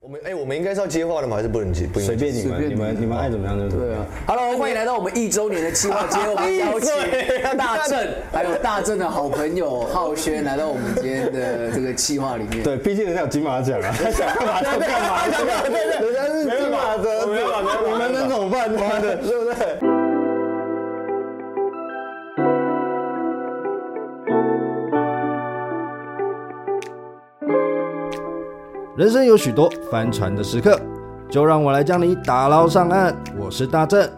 我们哎、我们应该是要接话的吗？还是不能接？不应该 随便你们，你们你们爱怎么样就怎么对样。啊，Hello，欢迎来到我们一周年的计 划，今天我 们邀请大正，还有大正的好朋友浩轩来到我们今天的这个计划里面。对，毕竟人家有金马奖 啊，他想干嘛就干嘛，对对对，人家 是金马的，没办法，我们能怎么办？妈的，对不对？人生有许多翻船的时刻，就让我来将你打捞上岸。我是大正，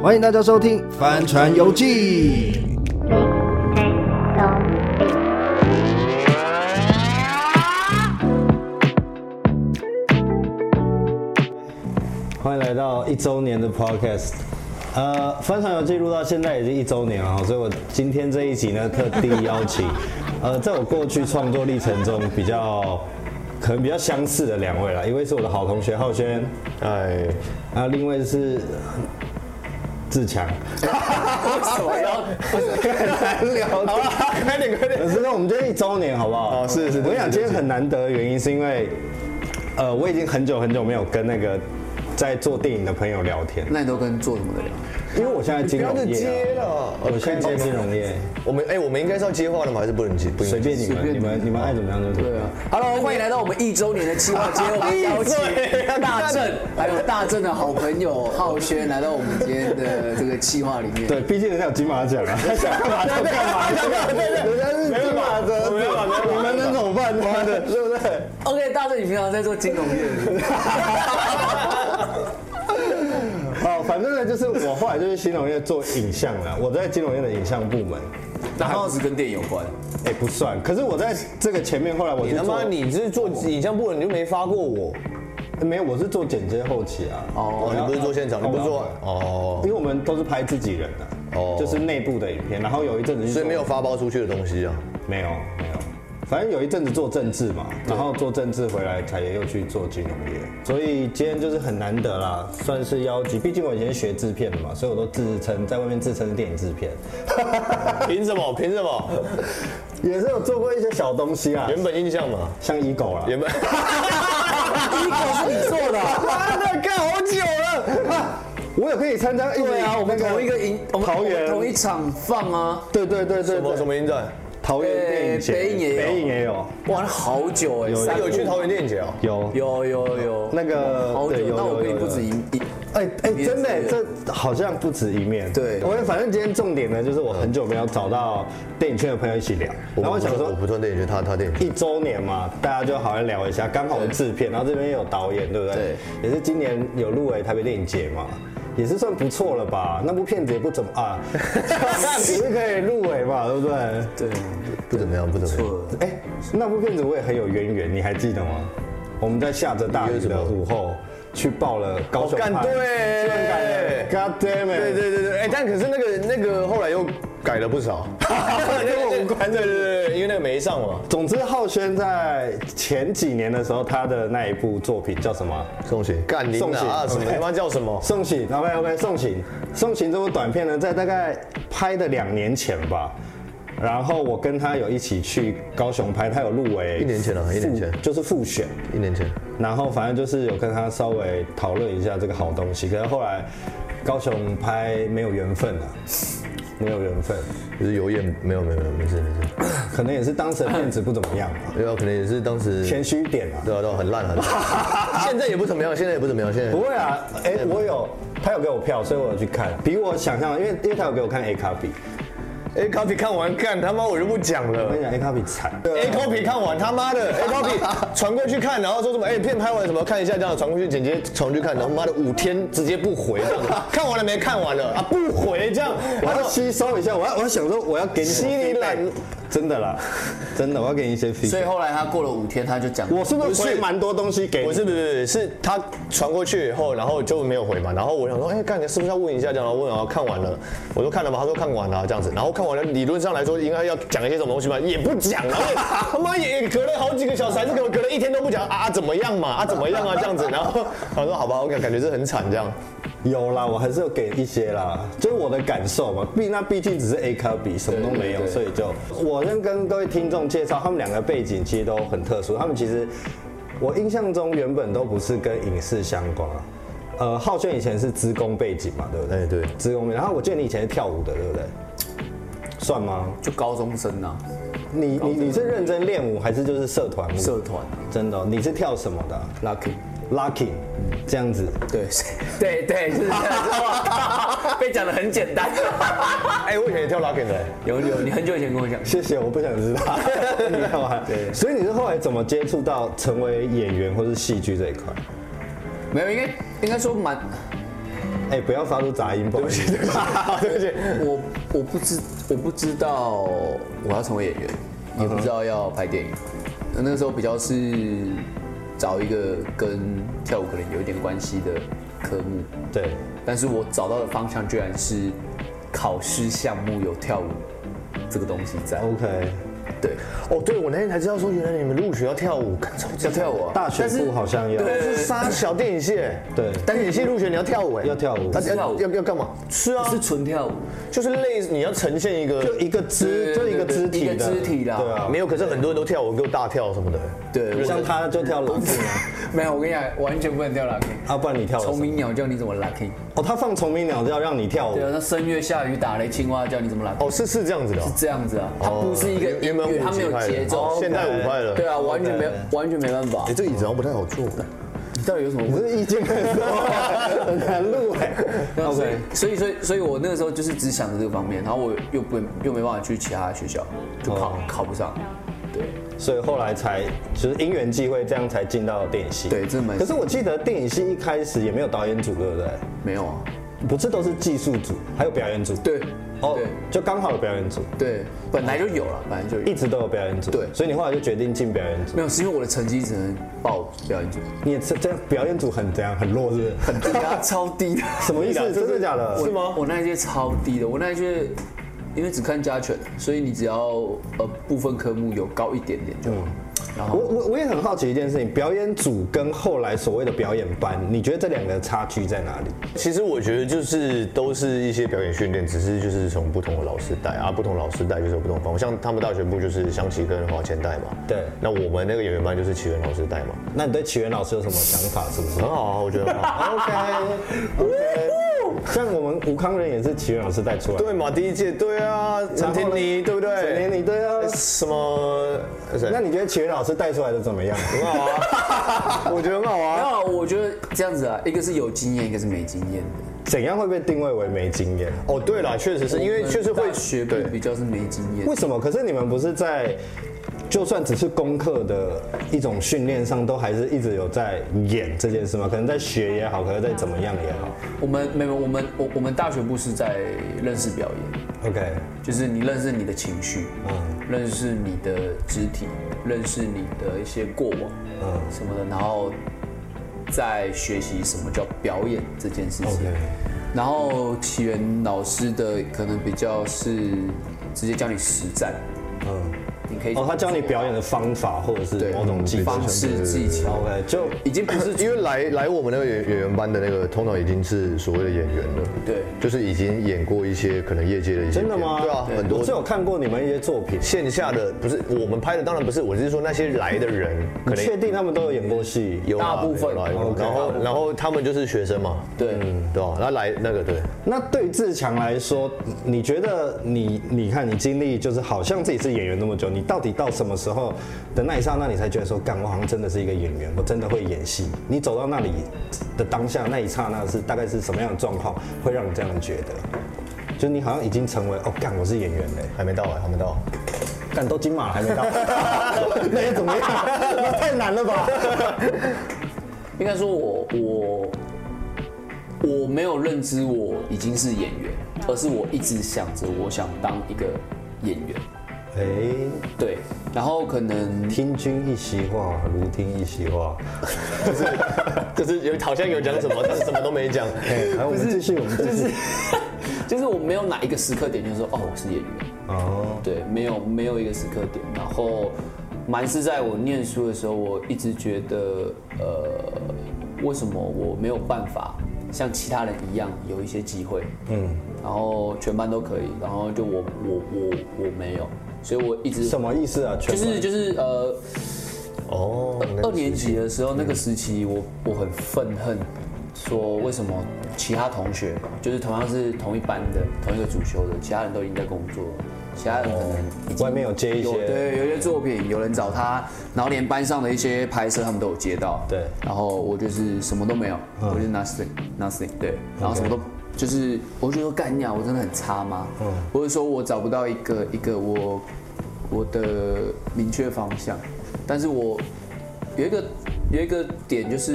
欢迎大家收听《帆船游记》。欢迎来到一周年的 Podcast。呃，翻船游记录到现在已经一周年了哈，所以我今天这一集呢，特地邀 请，呃，在我过去创作历程中比较可能比较相似的两位啦，一位是我的好同学浩轩，哎，然后另一位是志强，为什么要？难聊。啊好了，快点 快点。可是呢，我们今天一周年好不好？哎哦是是我跟你讲，今天很难得的原因是因为，呃，我已经很久很久没有跟那个在做电影的朋友聊天，那你都跟做什么的聊？因为我现在金融不要再业、啊接了我现在可以吗金融业，我们哎、我们应该是要接话的吗？还是不能接？不应该随便你随们，便你你们你们爱怎么样就怎么对啊。样，Hello，欢迎来到我们一周年的计划，今天我们邀请大正，还有大正的好朋友浩轩来到我们今天的这个计划里面。对，毕竟人家有金马奖啊，他想干嘛就干嘛， 人家是金马的，你们能怎么办？妈的，对不对？ OK，大正，你平常在做金融业是不是？哦，反正呢，就是我后来就是金融业做影像了，我在金融业的影像部门， 那还不是跟电影有关？哎、不算。可是我在这个前面，后来我你是他妈做你是做影像部的，你就没发过我。没有，我是做剪接后期啊。哦，你不是做现场，你不是做因哦，为我们都是拍自己人的、哦哦，就是内部的影片。然后有一阵子是所以没有做发包出去的东西啊。没有没有，反正有一阵子做政治嘛，然后做政治回来才又去做金融业，所以今天就是很难得啦，算是邀集。毕竟我以前是学制片的嘛，所以我都自称在外面自称是电影制片， 凭什么？凭什么？ 也是有做过一些小东西啊，原本印象嘛，像 e 狗啦，原 本啊第一个是你做的啊。妈的，干好久了。啊我也可以参加， 对啊，我们同一个影营，我们桃园我们同一场放啊，对对对对，什么什么影 展？桃园电影节，北影也有北影也有，哇，那好久哎，三有去桃园电影节哦。有有有有，那个好对久，有那我有跟你有不止有一一，哎哎，面真的之，类这好像不止一面。对我反正今天重点呢，就是我很久没有找到电影圈的朋友一起聊，然后我想说我。不算电影节，他他电影节。一周年嘛，大家就好好聊一下。刚好我制片，然后这边也有导演，对不对？对。也是今年有入围台北电影节嘛，也是算不错了吧？那部片子也不怎么啊， 也是可以入围嘛，对不对？对，不怎么样，不怎么样。哎、那部片子我也很有渊源，你还记得吗？我们在下着大雨的午后去报了高雄哦干派，对居然改了，God damn it！对对对对，哎、但可是那个那个后来又改了不 少，跟我无关。对对对对，因为那个没上嘛。总之，浩轩在前几年的时候，他的那一部作品叫什么？宋雪，干你送行啊什么 OK 他妈叫什么？送行，OK OK，送行，送行这部短片呢，在大概拍的两年前吧。然后我跟他有一起去高雄拍，他有入围，一年前啊一年前复就是复选。一年前，然后反正就是有跟他稍微讨论一下这个好东西，可是后来高雄拍没有缘分了、啊没有缘分，就是有演没有没有没有没事没事，可能也是当时的片子不怎么样嘛，对啊，可能也是当时谦虚一点啊。对啊对啊，很烂很 烂，现在也不怎么样，现在也不怎么样，现在不会啊，哎、我有，他有给我票，所以我有去看，比我想象，因为因为他有给我看 A 卡比， A copy 哎看完干他妈我就不讲我了跟你。讲 A 卡比惨， A copy 看完他妈的 A copy 传过去看，然后说什么哎、片拍完什么看一下这样传过去，剪接传过去看，然后妈的五天直接不回这样子，看完了没看完了啊不回这样，我要吸收一下，我要我要想说我要给你稀里来懒，真的啦，真的我要给你一些 f e 所 e 以后来他过了五天，他就讲，我是不不是是回蛮多东西给我你？是不是是他传过去以后，然后就没有回嘛？然后我想说，哎、干你是不是要问一下这样？然后问，然后看完了，我说看了吗？他说看完了这样子，然后看完了，理论上来说应该要讲一些什么东西嘛，也不讲，啊然后也他妈也也隔了好几个小时，还是隔隔了一天都不讲啊？怎么样嘛？啊怎么样啊？这样子，然后他说好吧，我感感觉是很惨这样。有啦，我还是有给一些啦，就是我的感受嘛。毕那毕竟只是 A 卡比，什么都没有，所以就我先跟各位听众介绍，他们两个背景其实都很特殊。他们其实我印象中原本都不是跟影视相关啊。呃，浩轩以前是资工背景嘛，对不对？哎对资工背景。然后我记得你以前是跳舞的，对不对？算吗？就高中生呐、啊你你你是认真练舞还是就是社团舞？社团真的哦、你是跳什么的啊、 ，lucky， Lucky 嗯这样子， 对，对对，就是这样哇靠被讲的很简单。哎、我以前也跳 locking 的、有有，你很久以前跟我讲，谢谢，我不想知道， 你干啊嘛？ 对，所以你是后来怎么接触到成为演员或是戏剧这一块？没有，应该应该说蛮，哎、不要发出杂音，不好意思，对不起，我我不知我不知道我要成为演员，也不知道要拍电影，那那时候比较是找一个跟跳舞可能有一点关系的科目，对，但是我找到的方向居然是考试项目有跳舞这个东西在， OK，对，哦，对，我那天才知道说，原来你们入学要跳舞，看超要跳舞啊，大学部好像要，是杀小电影系，哎对电影系入学你要跳舞，哎要跳舞他是跳要舞要要干嘛？是啊，是纯跳舞，就是类似你要呈现一个就一个对肢，就一个对对肢体的，一个肢体啦对啊，没有，可是很多人都跳舞，给我大跳什么的，对，我像他就跳 Lucky 嘛，没有，我跟你讲，完全不能跳 lucky。啊，不然你跳了什聪么明鸟叫你怎么 lucky？哦，他放虫鸣鸟就要让你跳舞对，啊，那声乐下雨打雷，青蛙叫你怎么 lucky？哦，是是这样子的哦，这样子啊，它不是一个音原本乐，它舞没集有派的节哦奏。现代舞派的，对啊，完全没 OK 完全没办法哎，。这个椅子好像不太好 坐，你到底有什么不是意见很多，很难录哎。欸对啊所 OK，以所以所以所以我那个时候就是只想着这个方面，然后我又不又没办法去其他学校，就考哦考不上。所以后来才就是因缘际会，这样才进到电影系。对这蛮可是我记得电影系一开始也没有导演组，对不对？没有啊？不是都是技术组，还有表演组。对，哦对，就刚好有表演组，对，本来就有了，本来就有一。直都有表演组。对所以你后来就决定进表演组。没有，是因为我的成绩只能报表演组，你也是这样表演组很怎样？很弱是不是？很低啊，超低的。什么意啊思？真的假的？我？我那一届超低的，我那一届因为只看加权，所以你只要呃部分科目有高一点点就好。然我后我我也很好奇一件事情，表演组跟后来所谓的表演班，你觉得这两个差距在哪里？其实我觉得就是都是一些表演训练，只是就是从不同的老师带啊，不同老师带就是有不同方向。像他们大学部就是香琪跟华前带嘛，对那我们那个演员班就是奇源老师带嘛，那你对起源老师有什么想法？是不是很？好啊，我觉得很 好。 OK OK，像我们吴康仁也是奇源老师带出来的，对嘛，第一届对啊，陈天妮对不对？陈天妮对啊。什么？谁那你觉得奇源老师带出来的怎么样？很好啊，我觉得很好没啊。有，我觉得这样子啊，一个是有经验，一个是没经验的。怎样会被定位为没经验？哦，对了，确实是因为确实会大学对部比较是没经验为。什么？可是你们不是在，就算只是功课的一种训练上，都还是一直有在演这件事吗？可能在学也好，可能在怎么样也好。我们没有，我们我我们大学部是在认识表演， OK，就是你认识你的情绪，嗯，认识你的肢体，认识你的一些过往，嗯，什么的，然后再学习什么叫表演这件事情。 OK 然后起源老师的可能比较是直接教你实战，嗯，你可以哦，他教你表演的方法或者是对某种技巧方式技巧， ，OK，就已经不是因为来来我们那个演演员班的那个，通常已经是所谓的演员了，对就是已经演过一些可能业界的一些真的吗？片对啊，很我多是有看过你们一些作品。线下的不是我们拍的，当然不是，我是说那些来的人可能你确定他们都有演过戏？有啦大部分有啦有啦 OK 然后然后他们就是学生嘛，对嗯对吧？那来那个对，那对于志强来说，你觉得你你看你经历就是好像自己是演员那么久，你到底到什么时候的那一刹那，你才觉得说，干，我好像真的是一个演员，我真的会演戏？你走到那里的当下那一刹那是大概是什么样的状况，会让你这样觉得？就你好像已经成为哦，干，我是演员嘞，还没到啊，还没到。 干都金马了还没到， 那又怎么样？那太难了吧？应该说我我我没有认知我已经是演员，而是我一直想着我想当一个演员。哎、对，然后可能听君一席话，如听一席话。就是有好像有讲什么，但是 什么都没讲。哎，来，我们继续，我们继续。就是我没有哪一个时刻点就是说哦我是演员，哦，对，没有没有一个时刻点。然后蛮是在我念书的时候，我一直觉得呃为什么我没有办法像其他人一样有一些机会，嗯，然后全班都可以，然后就我我我我没有，所以我一直什么意思啊？就全是就是呃哦，那二个年级的时候，那个时期嗯我我很愤恨，说为什么其他同学就是同样是同一班的、同一个主修的，其他人都已经在工作了，其他人可能已经外面有接一有些，对对，有一些作品有人找他，然后连班上的一些拍摄他们都有接到。对然后我就是什么都没有，我就是 nothing nothing。对，然后什么都就是，我就说干你啊，我真的很差吗？或者说我找不到一个一个我我的明确方向，但是我有一个有一个点就是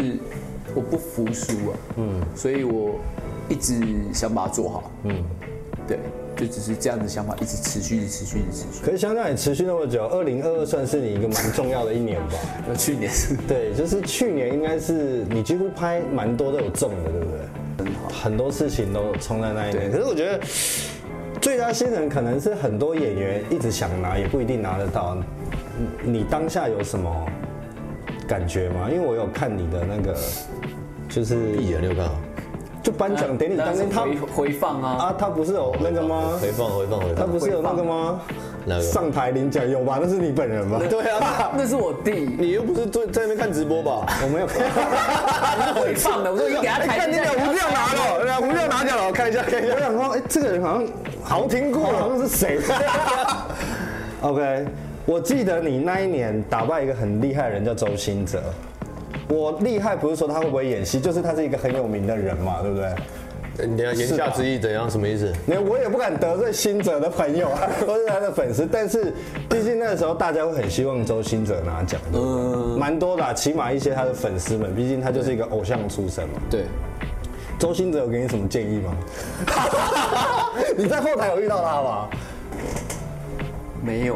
我不服输啊，嗯，所以我一直想把它做好，嗯，对，就只是这样的想法一直持续，一直持续，一直持续。可是相当于持续那么久，二零二二算是你一个蛮重要的一年吧？那去年是对，就是去年应该是你几乎拍蛮多都有中的，对不对？很多事情都冲在那一年。可是我觉得最大新人可能是很多演员一直想拿，也不一定拿得到。你你当下有什么感觉吗？因为我有看你的那个，就是闭眼你有看啊？就颁奖典礼当天他回回放啊，啊，他不是有那个吗？回放回放回他放不，是有那个吗？哪个上台领奖有吧？那是你本人吧？对啊，那是我 弟，你又不是坐在那边看直播吧？我没有看。回放的，我说你给他哎台看你阶俩下。不要拿了，俩不要拿奖了，我看一下看一我下，想说，哎、这个人好像好像听过，好像是谁 ？OK，我记得你那一年打败一个很厉害的人叫周兴哲。我厉害不是说他会不会演戏，就是他是一个很有名的人嘛，对不对？你 等一下言下之意怎样？什么意思？连我也不敢得罪新哲的朋友啊， 都是他的粉丝。但是毕竟那个时候大家会很希望周兴哲拿奖，嗯，蛮多的啊、起码一些他的粉丝们，毕竟他就是一个偶像出身嘛。对，周星哲有给你什么建议吗？ 你在后台有遇到他吗？没有，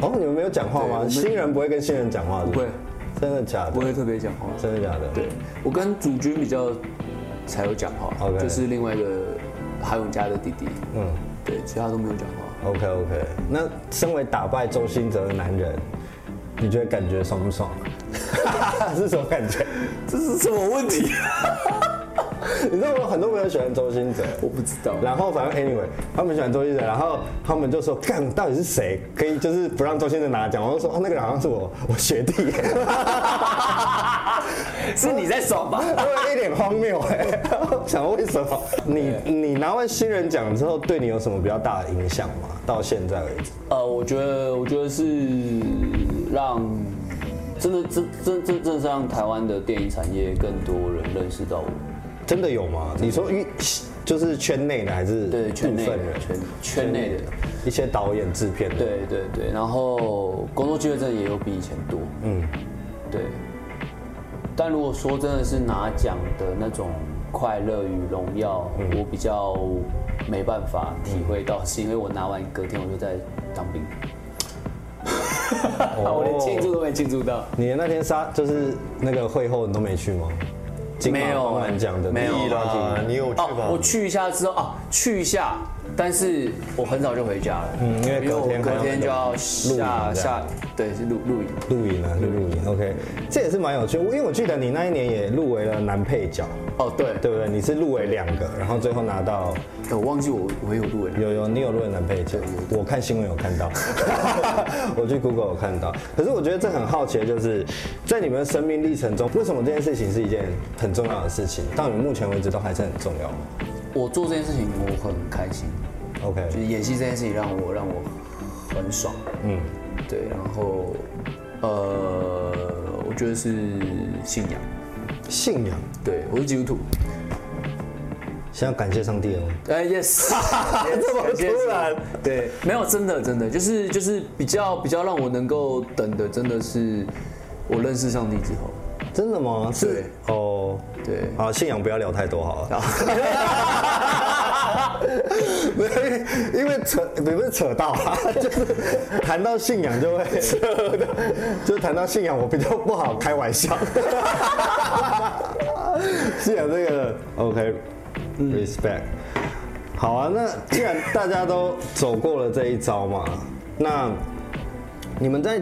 哦，你们没有讲话对我吗？们新人不会跟新人讲话的，不会，真的假不的？会特别讲话。真的假的？对，我跟主君比较才有讲话 OK，就是另外一个韩永嘉的弟弟。嗯，对，其他都没有讲话。 ，OK OK。那身为打败周星哲的男人，你觉得感觉爽不爽？ 是什么感觉？这是什么问题？你知道我很多朋友喜欢周星哲， 我不知道。然后反正 anyway，他们喜欢周星哲，然后他们就说干到底是谁可以就是不让周星哲拿奖？我就说哦那个人好像是我我学弟。是你在爽吧？我有一点荒谬哎、 想为什么？你你拿完新人奖之后，对你有什么比较大的影响吗？到现在为止，呃，我觉得我觉得是让真的真真真正是让台湾的电影产业更多人认识到我，真的有吗？你说因就是圈内的还是对圈部内的分人？圈圈内的。一些导演、制片的，对对对，然后工作机会真的也有比以前多，嗯，对。但如果说真的是拿奖的那种快乐与荣耀，我比较没办法体会到，是因为我拿完隔天我就在当 兵，啊我连庆祝都没庆祝到。你的那天杀就是那个会后，你都没去吗？金马没有颁完奖的没有第一对话啊题，你有去吧哦，？我去一下之后啊，去一下，但是我很早就回家了，嗯因为隔我天还隔要天就要录影下这样下对是录录影，录影啊，就录影，OK，这也是蛮有趣。因为我记得你那一年也入围了男配角，哦，对，对不对？你是入围两个，然后最后拿到哎我忘记我我有入围了。有有，你有论男配角，我看新闻有看到， 我去 Google 有看到。可是我觉得这很好奇，的就是在你们的生命历程中，为什么这件事情是一件很重要的事情？到你目前为止都还是很重要吗我做这件事情我很开心， ？OK，就是演戏这件事情让我让我很爽，嗯，对，然后呃，我觉得是信仰。信仰，对，我是基督徒。先要感谢上帝哦。哎，yes， 这么感谢突然对，没有，真的真的就是就是比较比较让我能够等的，真的是我认识上帝之后，真的吗？是哦，对好，信仰不要聊太多好了。哦 没有因为扯，也不是扯到啊， 就是谈到信仰就会扯到， 就是谈到信仰，我比较不好开玩笑。 信仰这个 OK，respect、好啊，那既然大家都走过了这一招嘛，那你们在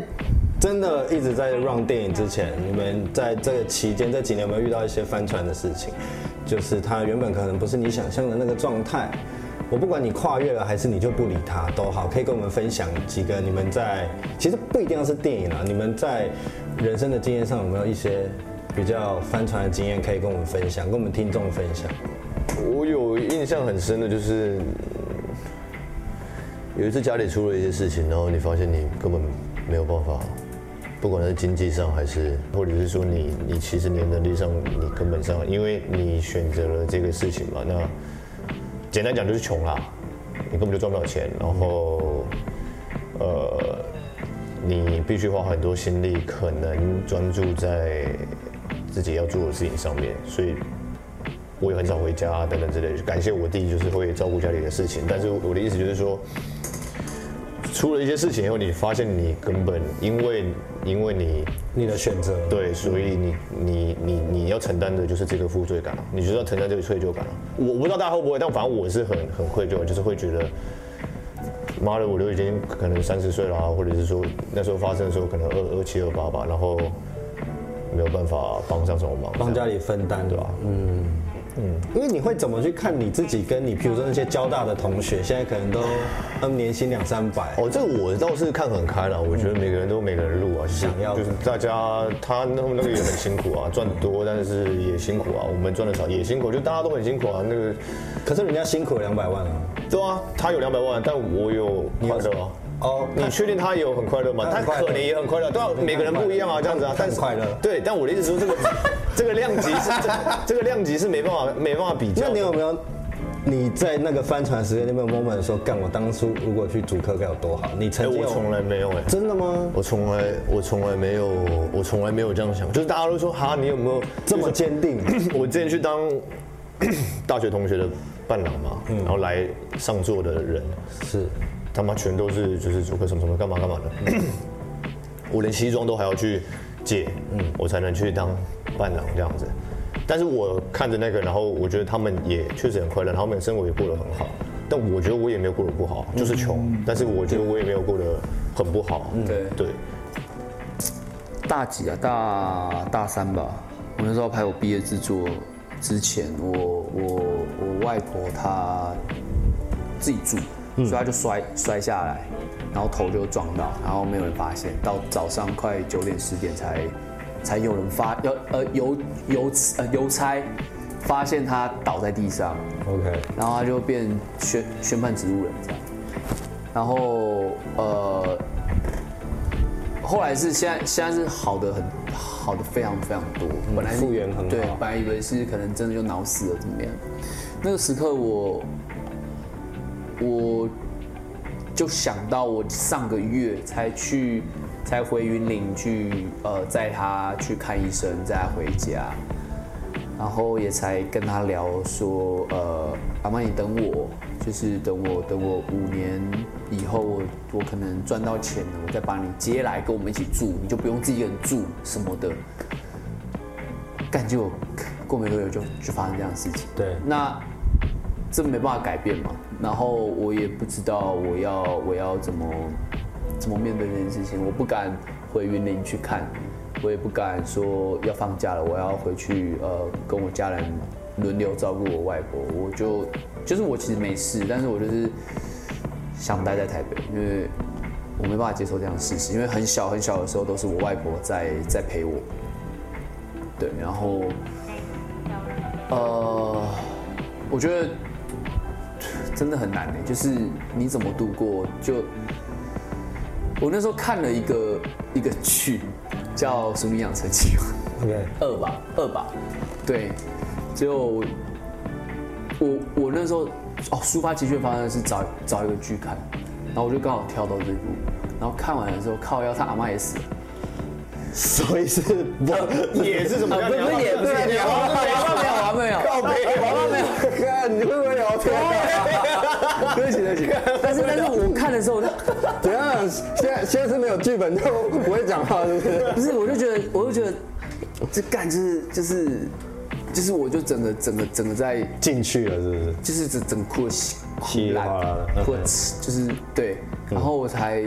真的一直在 run 电影之前，你们在这个期间这几年有没有遇到一些翻船的事情？就是它原本可能不是你想象的那个状态，我不管你跨越了还是你就不理他都好，可以跟我们分享几个你们在其实不一定要是电影啦，你们在人生的经验上有没有一些比较翻船的经验可以跟我们分享，跟我们听众分享？我有印象很深的就是，嗯有一次家里出了一些事情，然后你发现你根本没有办法，不管是经济上还是，或者是说你你其实你的能力上，你根本上，因为你选择了这个事情嘛，那简单讲就是穷啦，你根本就赚不了钱，然后，呃，你必须花很多心力，可能专注在自己要做的事情上面，所以我也很少回家啊，等等之类的。感谢我弟，就是会照顾家里的事情。但是我的意思就是说，出了一些事情以后，你发现你根本因为因为你你的选择，对，所以你你你你要承担的就是这个负罪感啊，你就是要承担这个愧疚感啊。我我不知道大家会不会，但反正我是很很愧疚的，就是会觉得，妈的，我都已经可能三十岁了啊、或者是说那时候发生的时候可能二二七二八吧，然后没有办法帮上什么忙，帮这家样里分担，对吧？嗯嗯，因为你会怎么去看你自己跟你，譬如说那些交大的同学，现在可能都嗯年薪两三百，哦，这个我倒是看很开了，我觉得每个人都有每个人路啊，想要就是大家他那那个也很辛苦啊，赚多但是也辛苦啊，我们赚的少也辛苦，就大家都很辛苦啊。那个，可是人家辛苦两百万啊。对啊，他有两百万，但我有快乐啊。哦你确定他有很快乐吗？他他很快乐可能也很快乐，对啊，每个人不一样啊，这样子啊，他很快乐对，但我的意思是说这个这个量级是这这个量级是没办法没办法比较那的。你有没有你在那个帆船时间那边 moment 说，干我当初如果去主科该有多好？你哎，曾经我有从来没有哎。真的吗？我从来我从来没有我从来没有这样想，就是大家都说哈，你有没有这么坚 定？ 我之前去当大学同学的伴郎嘛，嗯然后来上座的人，是他妈全都是就是主客什么什么干嘛干嘛的，嗯 我连西装都还要去借，嗯我才能去当伴郎这样子。但是我看着那个，然后我觉得他们也确实很快乐，然后他们生活也过得很好。但我觉得我也没有过得不嗯好，就是穷，但是我觉得我也没有过得很不好。嗯对对，大几啊？大大三吧。我那时候拍我毕业制作之前，我我我外婆她自己住，所以她就摔摔下来，然后头就撞到，然后没有人发现，到早上快九点十点才才有人发要呃邮邮呃邮差发现她倒在地上， OK，然后他就变宣宣判植物人这样。然后呃，后来是现在现在是好的很好的非常非常多，本来是复原很好对，本来以为是可能真的就脑死了怎么样，那个时刻我我就想到我上个月才去，才回云林去，呃，载他去看医生，载他回家，然后也才跟他聊说，呃，阿妈你等我，就是等我等我五年以后我，我可能赚到钱了，我再把你接来跟我们一起住，你就不用自己一个人住什么的。干就过没多久就就发生这样的事情，对那这没办法改变嘛。然后我也不知道我要我要怎么怎么面对这件事情，我不敢回云林去看，我也不敢说要放假了，我要回去呃跟我家人轮流照顾我外婆。我就就是我其实没事，但是我就是想待在台北，因为我没办法接受这样的事实，因为很小很小的时候都是我外婆在在陪我，对，然后。呃，我觉得真的很难呢，就是你怎么度过？就我那时候看了一个一个剧，叫《什么养成计划》。 OK，二吧，二吧，对，只有我我那时候哦，抒发情绪的方式是找找一个剧看，然后我就刚好跳到这一部，然后看完的时候靠腰，他阿妈也死了，所以是我 也是什么叫啊不是不是也不是也完 了没有完了没有，告别，完了没有？看你会不会聊天啊？对不起对不起，但是但是我看的时候，我就怎样？现在现在是没有剧本就不会讲话，是不是？不是，我就觉得，我就觉得，这干就是就是就是，我就整个整个整个在进去了是不是？就是整整哭得稀稀里烂哗啦的，哭 OK 得呲就是对，然后我才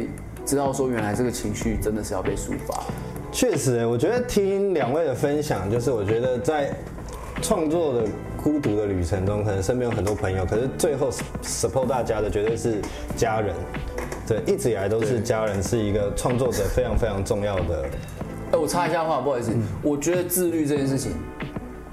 知道说，原来这个情绪真的是要被抒发。确实，我觉得听两位的分享，就是我觉得在创作的孤独的旅程中，可能身边有很多朋友，可是最后 support 大家的绝对是家人。对，一直以来都是家人是一个创作者非常非常重要的。哎，我插一下话，不好意思，我觉得自律这件事情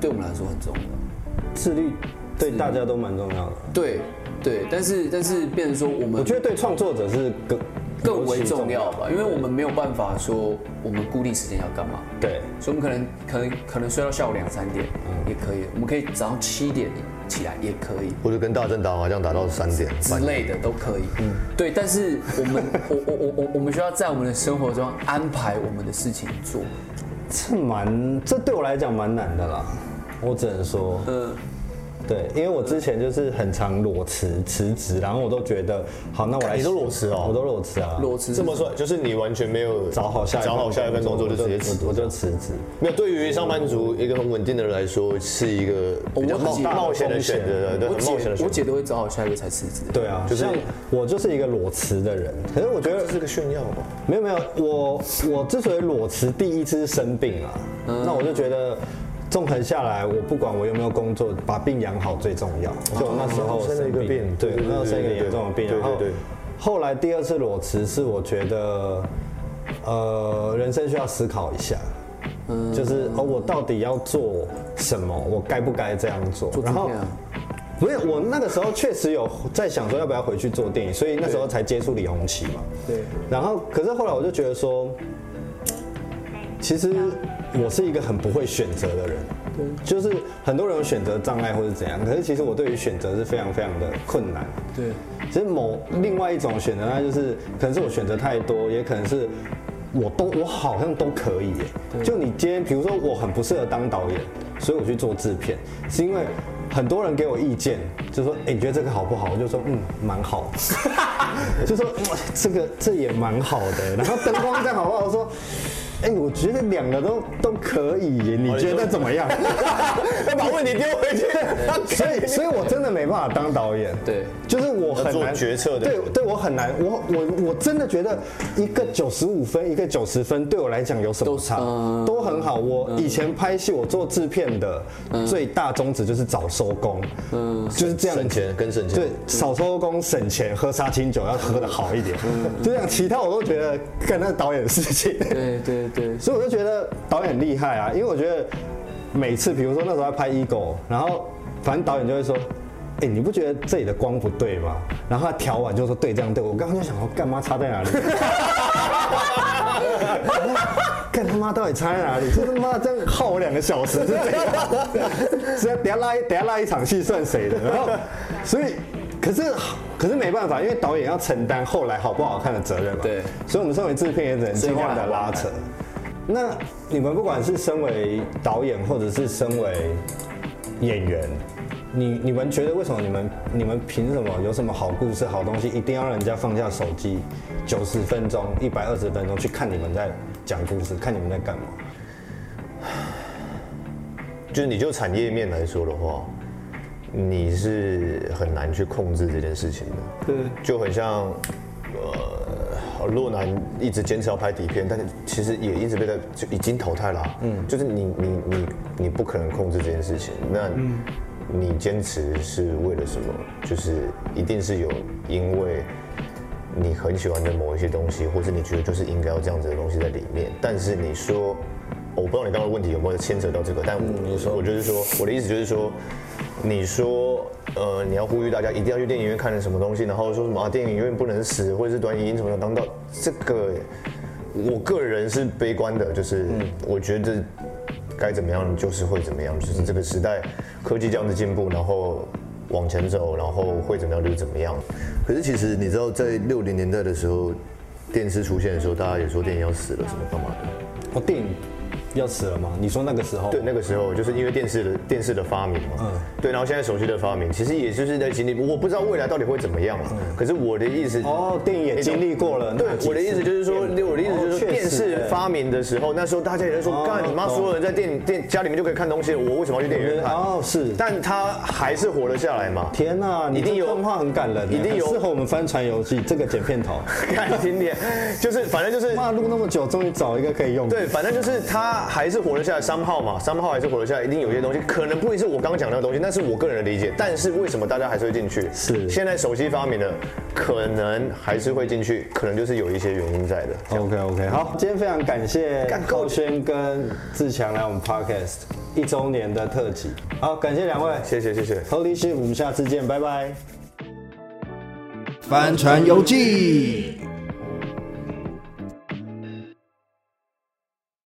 对我们来说很重要。自律对大家都蛮重要的，对对，但是但是，变成说我我们觉得对创作者是更更为重尤其要吧，因为我们没有办法说我们固定时间要干嘛，对，所以我们可能可能可能睡到下午两三点也可以，我们可以早上七点起来也可以。或者跟大正打麻将打到三点之半夜类的都可以，嗯，对，但是我们，我我我我我们需要在我们的生活中安排我们的事情做，这蛮这对我来讲蛮难的啦。我只能说，嗯，对，因为我之前就是很常裸辞辞职，然后我都觉得好，那我来你都裸辞哦我都裸辞啊，裸辞这么说，就是你完全没有找好下一份找好下一份工作就直接辞我。就我就辞职。没有，对于上班族一个很稳定的人来说，是一个比较我冒姐冒险的选择，对，我很冒险的姐选择。我姐都会找好下一个才辞职，对啊，就是像我就是一个裸辞的人，可是我觉得这是个炫耀吧？没有没有，我我之所以裸辞，第一次是生病啊，嗯那我就觉得。纵横下来，我不管我有没有工作，把病养好最重要。就我那时哦候生了一个病对，对我那时候生一个对对对严重的病，对对然后对后来第二次裸辞是我觉得，呃，人生需要思考一下，嗯就是哦，我到底要做什么？我该不该这样做？然后这样不是我那个时候确实有在想说要不要回去做电影，所以那时候才接触李红旗嘛。对，然后可是后来我就觉得说，其实我是一个很不会选择的人。就是很多人有选择障碍或者怎样，可是其实我对于选择是非常非常的困难。对，其实某另外一种选择，那就是可能是我选择太多，也可能是我都我好像都可以耶。就你今天，比如说我很不适合当导演，所以我去做制片，是因为很多人给我意见，就说哎、你觉得这个好不好？我就说嗯，蛮好。 就说哇，这个这也蛮好的。然后灯光这样好不好？我说。哎、我觉得两个都都可以耶，你觉得怎么样？ 要把问题丢回去。 所以，所以我真的没办法当导演。对就是我很要做难决策的对人对，我很难。我我我真的觉得一个九十五分，一个九十分，对我来讲有什么差？都嗯很好。我以前拍戏，我做制片的最大宗旨就是早收工，嗯，就是这样省钱跟省钱对，少收工省钱，喝杀青酒要喝的好一点。就这样，其他我都觉得干那是导演的事情。对对对，所以我就觉得导演很厉害啊，因为我觉得每次，比如说那时候在拍《Ego》，然后反正导演就会说。哎、你不觉得这里的光不对吗？然后他调完就说对，这样对。我刚刚就想说，干嘛差在哪里？ 看他妈到底差在哪里？这他妈这样耗我两个小时是这样，是啊要等下拉一等下拉一场戏算谁的？然后，所以可是可是没办法，因为导演要承担后来好不好看的责任嘛。对所以我们身为制片也只能尽量的拉扯。那你们不管是身为导演，或者是身为演员，你你们觉得为什么你们你们凭什么有什么好故事、好东西，一定要让人家放下手机九十分钟、一百二十分钟去看你们在讲故事，看你们在干嘛？就是你就产业面来说的话，你是很难去控制这件事情的。对，就很像，呃，洛南一直坚持要拍底片，但是其实也一直被在就已经淘汰了啊、嗯，就是你你你你不可能控制这件事情，那。你坚持是为了什么？就是一定是有因为你很喜欢的某一些东西，或是你觉得就是应该要这样子的东西在里面。但是你说，哦我不知道你刚刚的问题有没有牵扯到这个，但我、我就是说，我的意思就是说，你说，呃，你要呼吁大家一定要去电影院看什么东西，然后说什么啊，电影院不能死，或者是短影音什么的，当到这个，我个人是悲观的，就是我觉得。该怎么样就是会怎么样，就是这个时代科技这样的进步，然后往前走，然后会怎么样就怎么样。可是其实你知道，在六零年代的时候，电视出现的时候，大家也说电影要死了，什么干嘛的。我、哦电影要死了吗？你说那个时候？对，那个时候就是因为电视的电视的发明嘛，对，然后现在手机的发明，其实也就是在经历，我不知道未来到底会怎么样了。可是我的意思，哦，电影也经历过了。对那，几我的意思就是说，我的意思就是说，哦确实电视对发明的时候，那时候大家也在说，哦干你妈，懂所有人在电电家里面就可以看东西了，我为什么要去电影院看？哦是但他还是活了下来 嘛。天呐、你一定这有段话很感人，啊一定有很适合我们翻船游记这个剪片 头。看今天，就是反正就是妈录那么久，终于找一个可以用的。对，反正就是他他还是活得下来，三号嘛，三号还是活得下来，一定有些东西，可能不一定是我刚刚讲那个东西，那是我个人的理解。但是为什么大家还是会进去？是现在手机发明了，可能还是会进去，可能就是有一些原因在的。 OK OK，好，今天非常感谢高轩跟志强来我们 Podcast 一周年的特辑，好，感谢两位谢谢谢谢。 ，Holy shit，我们下次见，拜拜。帆船游记。